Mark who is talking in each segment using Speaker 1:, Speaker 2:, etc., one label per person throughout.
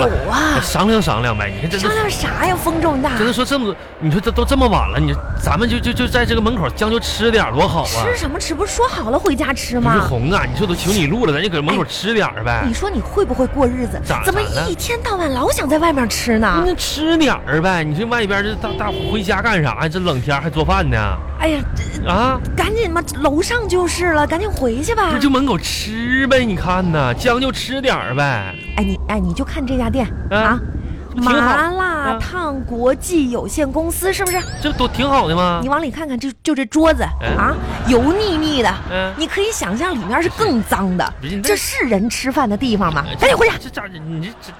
Speaker 1: 啊！
Speaker 2: 商量商量呗，你看这
Speaker 1: 商量啥呀？风这么大，
Speaker 2: 真的说这么，你说这都这么晚了，你咱们就就就在这个门口将就吃点儿多好啊！
Speaker 1: 吃什么吃？不是说好了回家吃
Speaker 2: 不是
Speaker 1: 吗？
Speaker 2: 红啊，你说都求你路了，咱就搁门口吃点儿呗
Speaker 1: 你，说你会不会过日子
Speaker 2: 咋？
Speaker 1: 怎么
Speaker 2: 咋了嗯
Speaker 1: 一天到晚老想在外面吃呢？
Speaker 2: 那吃点儿呗。你这外边这大大回家干啥哎呀？这冷天还做饭呢？
Speaker 1: 哎呀，这
Speaker 2: 啊，
Speaker 1: 赶紧吧，楼上就是了，赶紧回去吧
Speaker 2: 不。就门口吃呗？你看呐，将就吃点儿呗。
Speaker 1: 哎你哎你就看这家店
Speaker 2: 嗯
Speaker 1: 啊，
Speaker 2: 挺好
Speaker 1: 麻辣
Speaker 2: 嗯
Speaker 1: 烫国际有限公司是不是？
Speaker 2: 这都挺好的吗
Speaker 1: 你？往里看看，就就这桌子
Speaker 2: 嗯
Speaker 1: 啊，油腻腻的，
Speaker 2: 嗯
Speaker 1: 你可以想象里面是更脏的
Speaker 2: 不是你。这
Speaker 1: 这是人吃饭的地方吗
Speaker 2: 哎？
Speaker 1: 赶紧回去。
Speaker 2: 这咋的？你这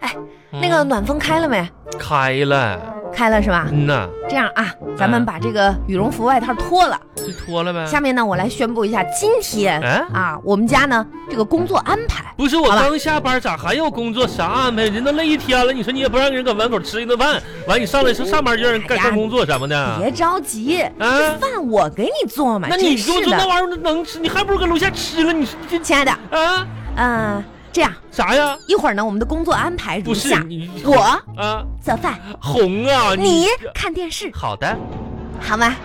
Speaker 1: 哎，那个暖风开了没？
Speaker 2: 这嗯开了，
Speaker 1: 开了是吧？
Speaker 2: 嗯呐，
Speaker 1: 这样啊，咱们
Speaker 2: 嗯
Speaker 1: 把这个羽绒服外套脱了。
Speaker 2: 就脱了呗。
Speaker 1: 下面呢，我来宣布一下今天
Speaker 2: 哎
Speaker 1: 啊，我们家呢这个工作安排。
Speaker 2: 不是我
Speaker 1: 好吧
Speaker 2: 刚下班，咋还要工作？啥安排？人都累一天了，你说你也不让人搁门口吃一顿饭，完你上来说上班就让人干
Speaker 1: 哎呀
Speaker 2: 干工作什么的？
Speaker 1: 别着急，这饭我给你做嘛。
Speaker 2: 嗯那你
Speaker 1: 真
Speaker 2: 给我
Speaker 1: 是
Speaker 2: 做那
Speaker 1: 的，
Speaker 2: 玩意儿能吃？你还不如搁楼下吃了？你说这
Speaker 1: 亲爱的，
Speaker 2: 啊
Speaker 1: 嗯、这样
Speaker 2: 啥呀？
Speaker 1: 一会儿呢，我们的工作安排如
Speaker 2: 不是
Speaker 1: 下：
Speaker 2: 你
Speaker 1: 我
Speaker 2: 啊
Speaker 1: 做饭，
Speaker 2: 红啊
Speaker 1: 你看电视，
Speaker 2: 好的
Speaker 1: 好吗？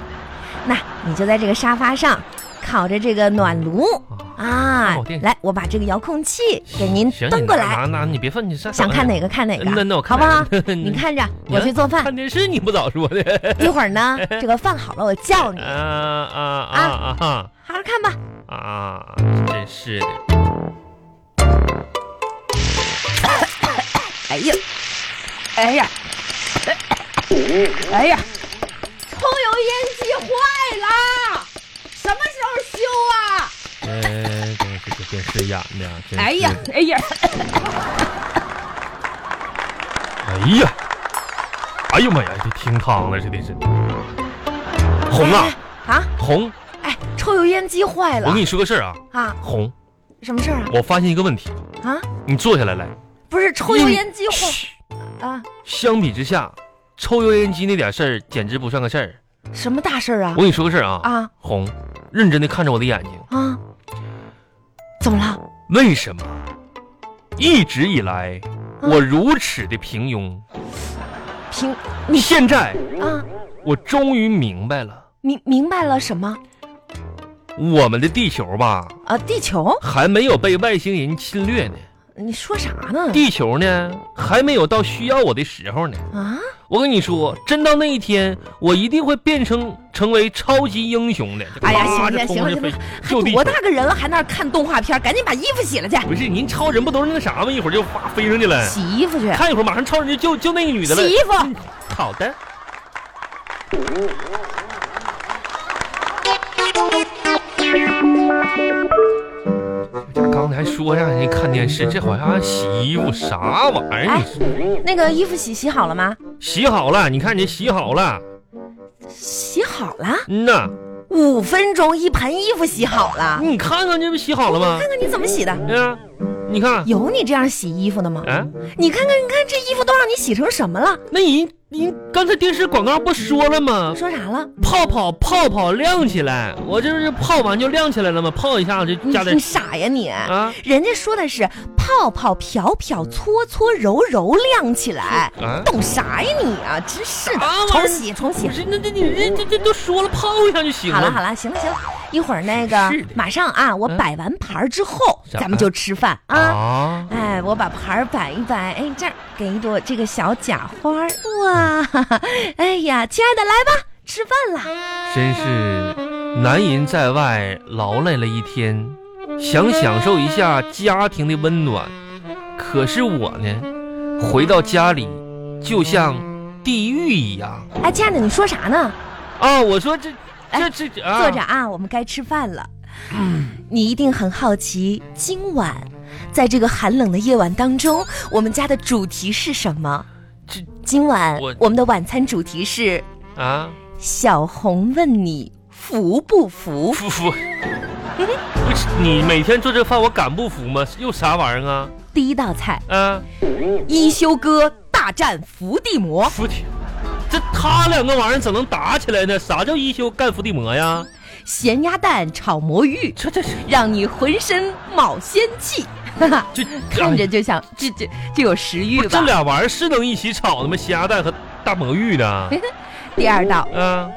Speaker 1: 那你就在这个沙发上，烤着这个暖炉啊
Speaker 2: 烤哦电。视
Speaker 1: 来，我把这个遥控器给您
Speaker 2: 行，
Speaker 1: 端
Speaker 2: 你
Speaker 1: 过
Speaker 2: 拿
Speaker 1: 来，
Speaker 2: 拿拿你别放你上
Speaker 1: 想看哪
Speaker 2: 个？
Speaker 1: 个看哪个，
Speaker 2: 那那我看
Speaker 1: 好不好
Speaker 2: 哪？个嗯
Speaker 1: 你看着，我去做饭
Speaker 2: 看。电视你不早说的
Speaker 1: 一会儿呢，这个饭好了我叫你，
Speaker 2: 啊啊啊啊
Speaker 1: 好好看吧。
Speaker 2: 啊啊！真是的。
Speaker 1: 哎呀，哎呀，哎呀，抽油烟机坏了，什么时候修啊？
Speaker 2: 呃，真是这电视演的，真是
Speaker 1: 哎呀，哎呀，
Speaker 2: 哎呀，哎呦妈呀，这听汤了，这得是。红啊，
Speaker 1: 啊！
Speaker 2: 红，
Speaker 1: 哎，抽油烟机坏
Speaker 2: 我
Speaker 1: 了
Speaker 2: 跟你说个事儿啊，
Speaker 1: 啊！
Speaker 2: 红，
Speaker 1: 什么事儿
Speaker 2: 我发现一个问题，
Speaker 1: 啊？啊，
Speaker 2: 你坐下来来，
Speaker 1: 不是抽油烟机坏
Speaker 2: 嘘
Speaker 1: 啊？
Speaker 2: 相比之下，抽油烟机那点事儿简直不算个事儿。
Speaker 1: 什么大事儿啊
Speaker 2: 我？跟你说个事儿啊，
Speaker 1: 啊
Speaker 2: 红，认真的看着我的眼睛，
Speaker 1: 啊！怎么了？
Speaker 2: 为什么一直以来
Speaker 1: 嗯
Speaker 2: 我如此的平庸？
Speaker 1: 平你
Speaker 2: 现在
Speaker 1: 啊，
Speaker 2: 我终于明白了，
Speaker 1: 明明白了什么？
Speaker 2: 我们的地球吧。
Speaker 1: 啊，地球？
Speaker 2: 还没有被外星人侵略呢，
Speaker 1: 你说啥呢？
Speaker 2: 地球呢还没有到需要我的时候呢。
Speaker 1: 啊？
Speaker 2: 我跟你说，真到那一天，我一定会变成成为超级英雄的。
Speaker 1: 哎呀，
Speaker 2: 这
Speaker 1: 行
Speaker 2: 呱
Speaker 1: 了
Speaker 2: 这
Speaker 1: 行
Speaker 2: 冲
Speaker 1: 了
Speaker 2: 着
Speaker 1: 行
Speaker 2: 飞
Speaker 1: 了，还
Speaker 2: 就地哎
Speaker 1: 多
Speaker 2: 球
Speaker 1: 大个人了，还那儿看动画片儿？赶紧把衣服洗了去，
Speaker 2: 不是您超人不都是那啥吗？一会儿就哇飞上去了，
Speaker 1: 洗衣服去，
Speaker 2: 看一会儿马上超人就就就那个女的了。
Speaker 1: 洗衣服。
Speaker 2: 好的，哎刚才说让人看电视，这好像洗衣服啥玩意儿？
Speaker 1: 哎
Speaker 2: 你说。
Speaker 1: 那个衣服洗洗好了吗？
Speaker 2: 洗好了，你看你洗好了，
Speaker 1: 洗好了，
Speaker 2: 嗯呐，
Speaker 1: 五分钟一盆衣服洗好了。
Speaker 2: 你看看这不洗好了吗
Speaker 1: 看？看你怎么洗的，
Speaker 2: 啊，你看，
Speaker 1: 有你这样洗衣服的吗？
Speaker 2: 啊，
Speaker 1: 你看看，你看这衣服都让你洗成什么了？
Speaker 2: 那人人刚才电视广告不说了吗？
Speaker 1: 说啥了？
Speaker 2: 泡泡泡泡亮起来，我这不是泡完就亮起来了吗？泡一下就
Speaker 1: 你
Speaker 2: 加点
Speaker 1: 你 傻呀你！
Speaker 2: 啊
Speaker 1: 人家说的是泡泡飘飘搓搓揉揉亮起来，
Speaker 2: 啊！
Speaker 1: 懂啥呀你啊！真是的
Speaker 2: 啥玩，意儿
Speaker 1: 重洗重洗
Speaker 2: 不。是，那这你这这这都说了泡一下就行
Speaker 1: 好了好
Speaker 2: 了。
Speaker 1: 了，行了行了，一会儿那个
Speaker 2: 是的
Speaker 1: 马上啊，我
Speaker 2: 嗯
Speaker 1: 摆完盘儿之后，
Speaker 2: 啥
Speaker 1: 咱们就吃饭啊。
Speaker 2: 啊，
Speaker 1: 哎，我把盘儿摆一摆，哎，这儿给一朵这个小假花儿，哇，哈哈哎呀，亲爱的，来吧，吃饭
Speaker 2: 嗯
Speaker 1: 啦。
Speaker 2: 真是男人在外劳累了一天，想享受一下家庭的温暖，可是我呢，回到家里就像地狱一样
Speaker 1: 哎，亲爱的，你说啥呢？
Speaker 2: 啊！我说这这
Speaker 1: 哎
Speaker 2: 这这
Speaker 1: 坐
Speaker 2: 啊
Speaker 1: 着，啊，我们该吃饭了。你一定很好奇，今晚在这个寒冷的夜晚当中，我们家的主题是什么？
Speaker 2: 这
Speaker 1: 今晚
Speaker 2: 我
Speaker 1: 我们的晚餐主题是
Speaker 2: 啊，
Speaker 1: 小红问你服不服？
Speaker 2: 服服。 不是你每天做这饭，我敢不服吗？又啥玩意儿啊？
Speaker 1: 第一道菜，
Speaker 2: 啊，
Speaker 1: 一休哥大战伏地魔。
Speaker 2: 伏地，这他两个玩意儿怎能打起来呢？啥叫一休干伏地魔呀？
Speaker 1: 咸鸭蛋炒魔芋，
Speaker 2: 这这这
Speaker 1: 让你浑身冒仙气。 哈哈，
Speaker 2: 这
Speaker 1: 看着就想，这这这有食
Speaker 2: 不
Speaker 1: 欲
Speaker 2: 啊这
Speaker 1: 吧？
Speaker 2: 俩玩意儿是能一起炒的吗？咸鸭蛋和大魔芋呢？
Speaker 1: 第二道，
Speaker 2: 啊，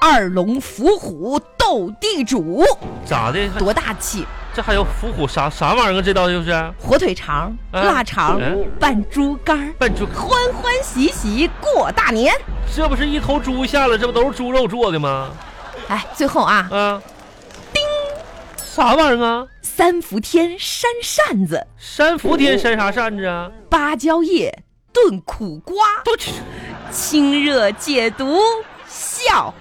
Speaker 1: 二龙伏虎斗地主，
Speaker 2: 咋的？还
Speaker 1: 多大气！
Speaker 2: 这还有伏虎啥啥玩意儿啊？这道就是
Speaker 1: 火腿肠、
Speaker 2: 嗯
Speaker 1: 腊肠
Speaker 2: 嗯、
Speaker 1: 拌猪肝儿，
Speaker 2: 扮猪，
Speaker 1: 欢欢喜喜过大年。
Speaker 2: 这不是一头猪下来，这不都是猪肉做的吗？
Speaker 1: 哎，最后啊，
Speaker 2: 啊，叮，啥玩意儿啊？
Speaker 1: 三伏天扇扇子，
Speaker 2: 扇伏天扇啥扇子啊？
Speaker 1: 芭蕉叶炖苦瓜，
Speaker 2: 都去
Speaker 1: 清热解毒，笑。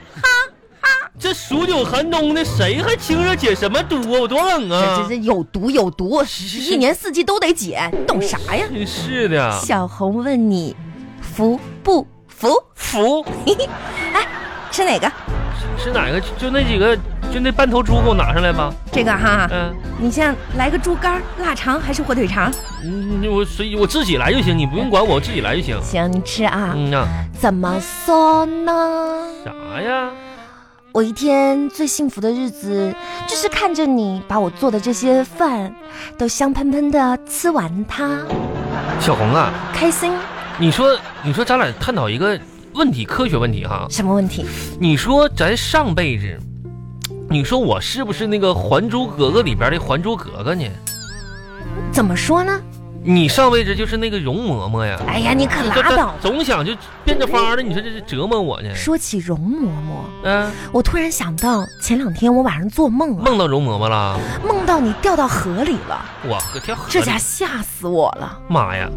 Speaker 2: 这数九寒冬的，谁还清热解什么毒啊？我多冷
Speaker 1: 这
Speaker 2: 啊
Speaker 1: 这！这有毒有毒，
Speaker 2: 是是
Speaker 1: 一年四季都得解，懂啥呀？
Speaker 2: 真是的，啊
Speaker 1: 小红问你，服不服？
Speaker 2: 服
Speaker 1: 吃哪个？
Speaker 2: 是哪个？就就那几个，就那半头猪给我拿上来吧。
Speaker 1: 这个哈，
Speaker 2: 嗯、
Speaker 1: 你像来个猪肝儿、腊肠还是火腿肠？
Speaker 2: 嗯，我随我自己来就行，你不用管我，我自己来就行。
Speaker 1: 行，你吃啊。
Speaker 2: 嗯呐、
Speaker 1: 怎么说呢？
Speaker 2: 啥呀？
Speaker 1: 我一天最幸福的日子，就是看着你把我做的这些饭都香喷喷的吃完它，
Speaker 2: 小红啊，
Speaker 1: 开心。
Speaker 2: 你说你说咱俩探讨一个问题，科学问题哈。
Speaker 1: 什么问题？
Speaker 2: 你说咱上辈子，你说我是不是那个《还珠格格》里边的《还珠格格》呢？
Speaker 1: 怎么说呢？
Speaker 2: 你上辈子就是那个容嬷嬷呀。
Speaker 1: 哎呀，你可
Speaker 2: 这
Speaker 1: 拉
Speaker 2: 这
Speaker 1: 倒吧！
Speaker 2: 总想就变着法儿的，你说这是折磨我呢？
Speaker 1: 说起容嬷嬷，
Speaker 2: 嗯、
Speaker 1: 我突然想到前两天我晚上做梦了，
Speaker 2: 梦到容嬷嬷了，
Speaker 1: 梦到你掉到河里了，
Speaker 2: 我和跳河里
Speaker 1: 这家吓死我了。
Speaker 2: 妈呀！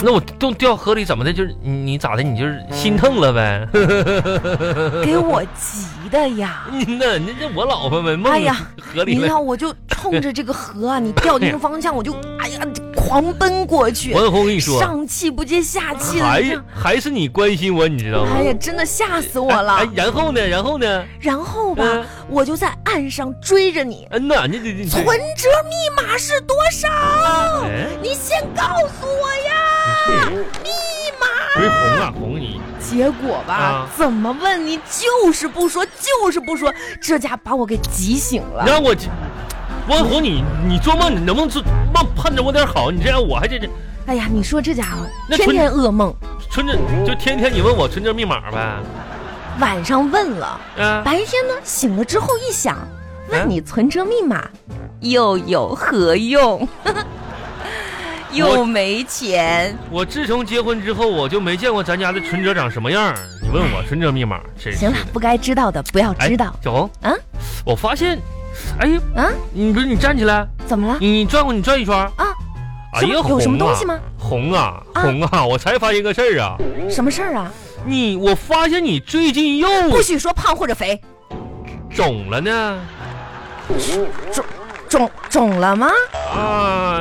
Speaker 2: 那我掉掉河里怎么的？就是你你咋的？你就是心疼了呗？ 呃
Speaker 1: 给我急的呀！
Speaker 2: 你那那那我老婆们梦、
Speaker 1: 哎呀
Speaker 2: 河里
Speaker 1: 你
Speaker 2: 了，
Speaker 1: 看，我就冲着这个河啊，你掉的那个方向，我就哎呀狂奔过去
Speaker 2: 王，小红，我跟你说，哎
Speaker 1: 上气不接下气的这
Speaker 2: 还
Speaker 1: 样。
Speaker 2: 还是你关心我，你知道吗？
Speaker 1: 哎呀，真的吓死我了
Speaker 2: 哎，！然后呢？然后呢？
Speaker 1: 然后吧
Speaker 2: 嗯，
Speaker 1: 我就在岸上追着你，
Speaker 2: 嗯呐，你这这这，
Speaker 1: 存折密码是多少？
Speaker 2: 哎
Speaker 1: 你先告诉我哎呀！
Speaker 2: 你是不是红啊红你，
Speaker 1: 结果吧
Speaker 2: 啊，
Speaker 1: 怎么问你就是不说，就是不说，这家把我给急醒
Speaker 2: 你
Speaker 1: 了。
Speaker 2: 让我这，王小红你你做梦你能不能做梦盼着我点好？你这样我还这这
Speaker 1: 哎呀，你说这家伙
Speaker 2: 那
Speaker 1: 天
Speaker 2: 存
Speaker 1: 天噩梦，
Speaker 2: 存折就天天你问我存折密码呗？
Speaker 1: 晚上问了，
Speaker 2: 啊，
Speaker 1: 白天呢醒了之后一想，问
Speaker 2: 嗯
Speaker 1: 你存折密码又有何用？ 又没钱。
Speaker 2: 我自从结婚之后，我就没见过咱家的存折长什么样儿。你问我存折密码，真是
Speaker 1: 行了，不该知道的不要
Speaker 2: 哎
Speaker 1: 知道。
Speaker 2: 小红
Speaker 1: 啊，
Speaker 2: 我发现，哎，
Speaker 1: 啊，
Speaker 2: 你不是你站起来，
Speaker 1: 怎么了？
Speaker 2: 你转过你转一圈儿
Speaker 1: 啊。
Speaker 2: 哎
Speaker 1: 什
Speaker 2: 呀，
Speaker 1: 么有什
Speaker 2: 红
Speaker 1: 么
Speaker 2: 啊
Speaker 1: 东西吗？
Speaker 2: 红啊，
Speaker 1: 啊
Speaker 2: 红啊！我才发现个事儿啊，
Speaker 1: 什么事儿啊？
Speaker 2: 你我发现你最近又
Speaker 1: 不许说胖或者肥，
Speaker 2: 肿了呢。
Speaker 1: 肿肿了吗？
Speaker 2: 啊，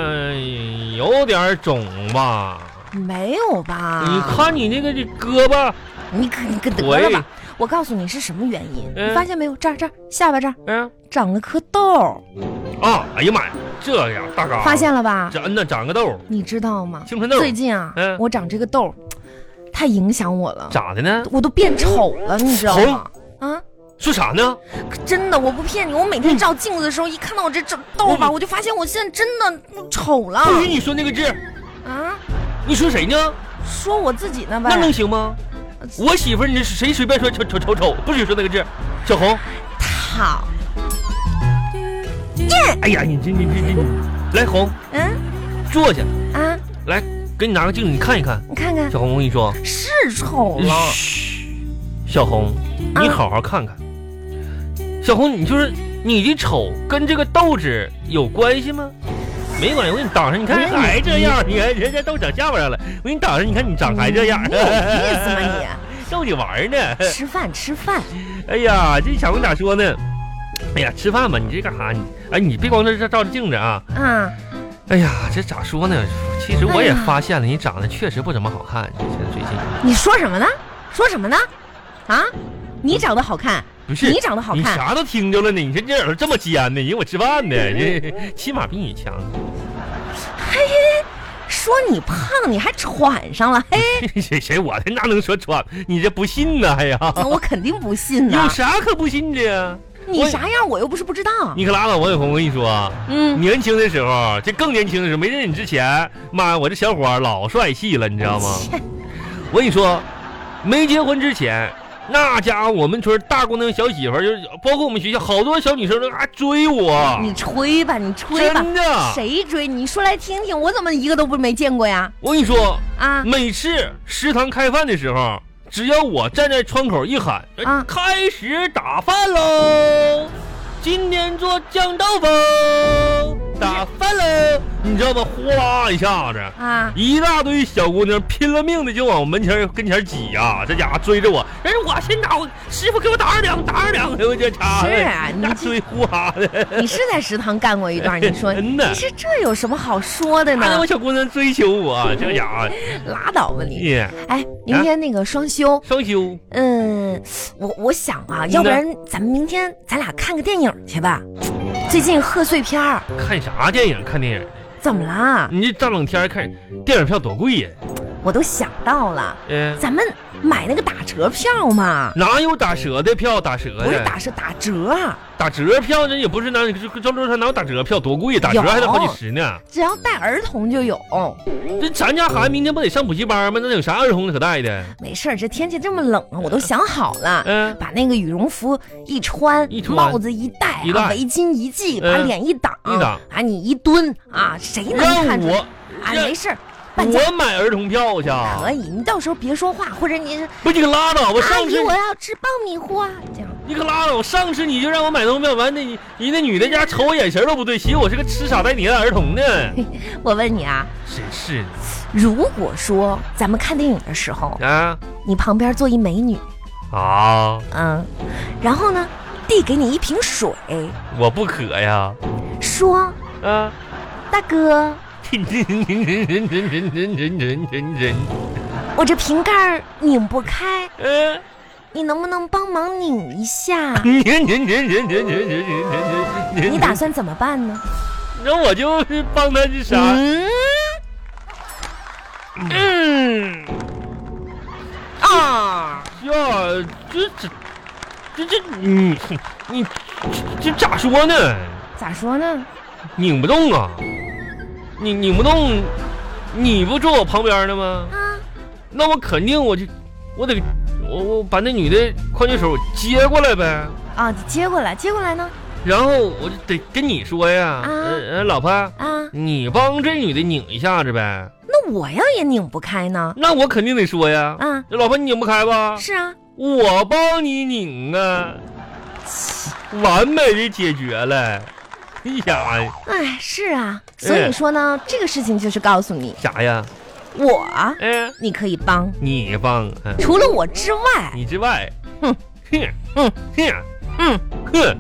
Speaker 2: 有点儿肿吧？
Speaker 1: 没有吧？
Speaker 2: 你，看你那个这胳膊，
Speaker 1: 你可你可得了
Speaker 2: 腿
Speaker 1: 吧！我告诉你是什么原因，
Speaker 2: 嗯
Speaker 1: 你发现没有？这儿这儿下巴这儿
Speaker 2: 嗯
Speaker 1: 长了颗痘儿，
Speaker 2: 啊，哎呀妈呀，这样大嘎，
Speaker 1: 发现了吧？
Speaker 2: 这嗯呐，长个痘儿，
Speaker 1: 你知道吗？
Speaker 2: 青春痘儿
Speaker 1: 最近啊，
Speaker 2: 嗯
Speaker 1: 我长这个痘儿，太影响我了，
Speaker 2: 咋的呢？
Speaker 1: 我都变丑了，你知道吗？啊，
Speaker 2: 说啥呢？
Speaker 1: 可真的，我不骗你，我每天照镜子的时候，一看到我这这痘儿
Speaker 2: 嗯
Speaker 1: 吧，
Speaker 2: 我
Speaker 1: 我就发现我现在真的丑了
Speaker 2: 不许你说那个字，
Speaker 1: 啊！
Speaker 2: 你说谁呢？
Speaker 1: 说我自己呢呗
Speaker 2: 那，能行吗？
Speaker 1: 呃
Speaker 2: 我媳妇儿，你是谁随便说丑丑丑丑，不许说那个字。小红，
Speaker 1: 好，
Speaker 2: 哎呀，你这你这这，来红
Speaker 1: 嗯
Speaker 2: 坐下，
Speaker 1: 啊，
Speaker 2: 来给你拿个镜子，你看一看。
Speaker 1: 你看看
Speaker 2: 小红，我跟你说，啊
Speaker 1: 是丑了。
Speaker 2: 嘘，小红，
Speaker 1: 啊
Speaker 2: 你好好看看。小红，你就是你的丑跟这个豆子有关系吗？没关系，我给你挡上，你看
Speaker 1: 不是你
Speaker 2: 还这样，你看人家都长下巴上了，我给你挡上，你看你长还这样，
Speaker 1: 你有意思吗啊
Speaker 2: 你？ 逗你玩儿呢。
Speaker 1: 你？吃饭吃饭，
Speaker 2: 哎呀，这小红咋说呢？哎呀，吃饭吧，你这干啥？你哎，你别光这照照着镜子啊！
Speaker 1: 啊，
Speaker 2: 哎呀，这咋说呢？其实我
Speaker 1: 哎
Speaker 2: 也
Speaker 1: 呀
Speaker 2: 发现了，你长得确实不怎么好看。你现在最近
Speaker 1: 你说什么呢？说什么呢？啊，你长得好看，
Speaker 2: 不是
Speaker 1: 你长得好
Speaker 2: 你
Speaker 1: 看，
Speaker 2: 啥都听着了呢？你这这耳朵这么尖呢？人我吃饭呢，人起码比你强。
Speaker 1: 说你胖你还喘上了， 嘿，
Speaker 2: 谁谁我的那能说穿？你这不信呢？还呀，
Speaker 1: 我肯定不信
Speaker 2: 有
Speaker 1: 呢。
Speaker 2: 啥可不信的呀？
Speaker 1: 你啥样我又不是不知道。
Speaker 2: 你可拉倒，王永红，我跟你说啊，
Speaker 1: 嗯，
Speaker 2: 年轻的时候，这更年轻的时候，没认识你之前，妈呀，我这小伙儿老帅气了，你知道吗？我跟你说，没结婚之前，那家伙我们村大姑娘小媳妇儿，就是包括我们学校好多小女生都啊追我，
Speaker 1: 你吹吧，你吹吧。
Speaker 2: 真的。
Speaker 1: 谁追你？说来听听，我怎么一个都不没见过呀？
Speaker 2: 我跟你说，
Speaker 1: 啊，
Speaker 2: 每次食堂开饭的时候，只要我站在窗口一喊，呃
Speaker 1: 啊
Speaker 2: 开始打饭喽，今天做酱豆腐，打饭喽，你知道吗？呼啦一下子。
Speaker 1: 啊，
Speaker 2: 一大堆小姑娘拼了命的就往我门前儿跟前儿挤呀、这家伙追着我，人家我先打我，师傅给我打二两，打二两，哎呦这家伙，
Speaker 1: 是 啊你
Speaker 2: 那
Speaker 1: 这
Speaker 2: 追呼哈的，
Speaker 1: 你是在食堂干过一段，你说，
Speaker 2: 真的
Speaker 1: 你是这有什么好说的
Speaker 2: 那
Speaker 1: 呢
Speaker 2: 我？小姑娘追求我，啊这家伙，
Speaker 1: 拉倒吧你！
Speaker 2: 耶，
Speaker 1: 哎，
Speaker 2: 啊
Speaker 1: 明天那个双休，
Speaker 2: 双休，
Speaker 1: 嗯，我我想啊，要不然咱们明天咱俩看个电影去吧。最近贺岁片儿
Speaker 2: 看啥电影？看电影？
Speaker 1: 怎么啦？
Speaker 2: 你这大冷天儿看电影票多贵呀、
Speaker 1: 我都想到了，
Speaker 2: 嗯、
Speaker 1: 咱们买那个打折票嘛，
Speaker 2: 哪有打折的票？打折
Speaker 1: 不是
Speaker 2: 的，
Speaker 1: 打折打折啊，
Speaker 2: 打折票那也不是哪，这这周六上哪有打折票？多贵，打折
Speaker 1: 有
Speaker 2: 还得好几十呢。
Speaker 1: 只要带儿童就有。
Speaker 2: 这咱家孩子明天不得上补习班吗？那有啥儿童可带的？
Speaker 1: 没事儿，这天气这么冷啊，我都想好了。
Speaker 2: 嗯、
Speaker 1: 把那个羽绒服一穿，
Speaker 2: 一穿
Speaker 1: 帽子一戴，
Speaker 2: 一戴
Speaker 1: 啊、围巾一系，
Speaker 2: 嗯
Speaker 1: 把脸一挡，
Speaker 2: 一挡
Speaker 1: 啊，你一蹲啊，谁能看
Speaker 2: 让
Speaker 1: 出来？
Speaker 2: 我
Speaker 1: 啊，
Speaker 2: 让
Speaker 1: 没事儿，半价哎
Speaker 2: 我买儿童票去啊，
Speaker 1: 可以。你到时候别说话，或者你
Speaker 2: 不你可拉倒吧！
Speaker 1: 阿
Speaker 2: 上
Speaker 1: 姨
Speaker 2: 次
Speaker 1: 哎我要吃爆米花，这样
Speaker 2: 你可拉倒，上次你就让我买儿童票，完那你你那女的家瞅我眼神都不对，寻我是个吃傻带泥的儿童呢。
Speaker 1: 我问你啊，
Speaker 2: 真是
Speaker 1: 如果说咱们看电影的时候，
Speaker 2: 的啊
Speaker 1: 你旁边坐一美女，
Speaker 2: 啊！
Speaker 1: 嗯，然后呢，递给你一瓶水，
Speaker 2: 我不渴呀
Speaker 1: 说
Speaker 2: 啊！
Speaker 1: 大哥，
Speaker 2: 真真真真真真真真真真真，
Speaker 1: 我这瓶盖儿拧不开，
Speaker 2: 嗯，
Speaker 1: 你能不能帮忙拧一下？
Speaker 2: 真真真真真真真真真
Speaker 1: 你打算怎么办呢？
Speaker 2: 那我就是帮他这啥？
Speaker 1: 嗯
Speaker 2: 嗯，
Speaker 1: 啊，
Speaker 2: 呀，这这这这你 你这这咋说呢？
Speaker 1: 咋说呢？
Speaker 2: 拧不动啊，拧拧不动，你不坐我旁边呢吗？
Speaker 1: 啊，
Speaker 2: 那我肯定我就我得我我把那女的矿泉水接过来呗，
Speaker 1: 啊，你接过来，接过来呢？
Speaker 2: 然后我就得跟你说呀，
Speaker 1: 啊
Speaker 2: 呃呃老婆，
Speaker 1: 啊，
Speaker 2: 你帮这女的拧一下子呗，
Speaker 1: 那我要也拧不开呢？
Speaker 2: 那我肯定得说呀，
Speaker 1: 啊，
Speaker 2: 老婆你拧不开吧？
Speaker 1: 是啊，
Speaker 2: 我帮你拧啊，完美的解决了。哎呀，
Speaker 1: 哎，是啊，所
Speaker 2: 哎
Speaker 1: 以说呢，这个事情就是告诉你，
Speaker 2: 啥呀？
Speaker 1: 我啊
Speaker 2: 嗯、
Speaker 1: 你可以帮，
Speaker 2: 你帮，嗯
Speaker 1: 除了我之外，
Speaker 2: 你之外，
Speaker 1: 哼
Speaker 2: 哼
Speaker 1: 嗯
Speaker 2: 哼
Speaker 1: 嗯，
Speaker 2: 哼，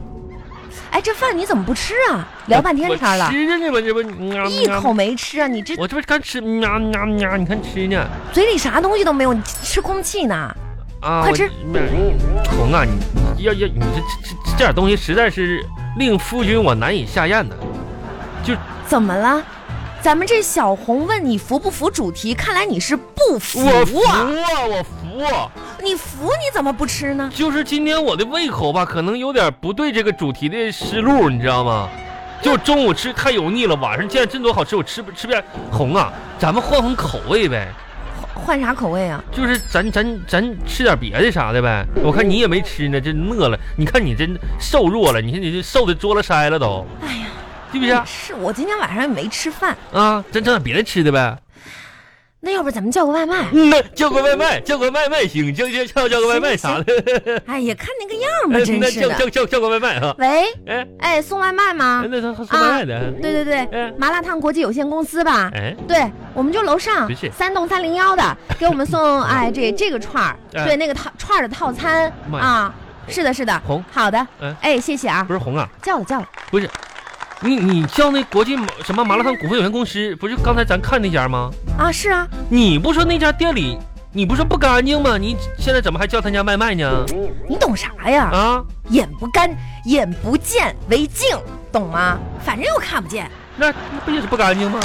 Speaker 1: 哎，这饭你怎么不吃啊？聊半天
Speaker 2: 我
Speaker 1: 天儿了
Speaker 2: 我，吃着呢吧，这不嗯啊
Speaker 1: 一
Speaker 2: 嗯啊
Speaker 1: 口没吃啊？你这
Speaker 2: 我这不刚吃，嗯啊嗯啊嗯啊，你看吃呢
Speaker 1: 嘴里啥东西都没有，你吃空气呢？
Speaker 2: 啊！
Speaker 1: 快
Speaker 2: 我
Speaker 1: 吃
Speaker 2: 嗯红啊，你要要你这这这这点东西实在是令夫君我难以下咽呢。
Speaker 1: 怎么了？咱们这小红问你服不服主题，看来你是不服
Speaker 2: 我服
Speaker 1: 啊！
Speaker 2: 啊，我服啊！
Speaker 1: 你服你怎么不吃呢？
Speaker 2: 就是今天我的胃口吧，可能有点不对这个主题的思路，你知道吗？就中午吃太油腻了，晚上见这多好吃，我吃不吃不下。红啊，咱们换换口味呗，
Speaker 1: 换啥口味啊？
Speaker 2: 就是咱咱咱吃点别的啥的呗。我看你也没吃呢，这饿了。你看你真瘦弱了，你看你这瘦的桌了腮了都，
Speaker 1: 哎呀，
Speaker 2: 是不是啊？
Speaker 1: 是我今天晚上也没吃饭，
Speaker 2: 啊，咱整点别的吃的呗。
Speaker 1: 那要不咱们叫个外卖？啊
Speaker 2: 嗯呐，叫个外卖，叫个外卖行，叫叫叫叫个外卖啥的。
Speaker 1: 哎呀，看那个样儿嘛，
Speaker 2: 哎
Speaker 1: 真
Speaker 2: 那
Speaker 1: 是
Speaker 2: 叫
Speaker 1: 的。
Speaker 2: 叫叫叫个外卖啊！
Speaker 1: 喂，
Speaker 2: 哎，
Speaker 1: 哎，送外卖吗
Speaker 2: 哎？那他送外卖的，
Speaker 1: 对对对
Speaker 2: 嗯，
Speaker 1: 麻辣烫国际有限公司吧？
Speaker 2: 哎。
Speaker 1: 对，我们就楼上
Speaker 2: 不是
Speaker 1: 三栋三零幺的，给我 们送哎这这个串儿，
Speaker 2: 哎
Speaker 1: 对那个套串儿的套餐
Speaker 2: 妈呀
Speaker 1: 啊，是的，是的，
Speaker 2: 红
Speaker 1: 好的
Speaker 2: 嗯，
Speaker 1: 哎，谢谢啊
Speaker 2: 不，是红啊，
Speaker 1: 叫了叫了，
Speaker 2: 你你叫那国际麻什么麻辣烫股份有限公司，不是刚才咱看那家吗？
Speaker 1: 啊是啊，
Speaker 2: 你不说那家店里，你不说不干净吗？你现在怎么还叫他家外卖呢？
Speaker 1: 你懂啥呀？
Speaker 2: 啊，
Speaker 1: 眼不干，眼不见为净，懂吗？反正又看不见。
Speaker 2: 那不也是不干净吗？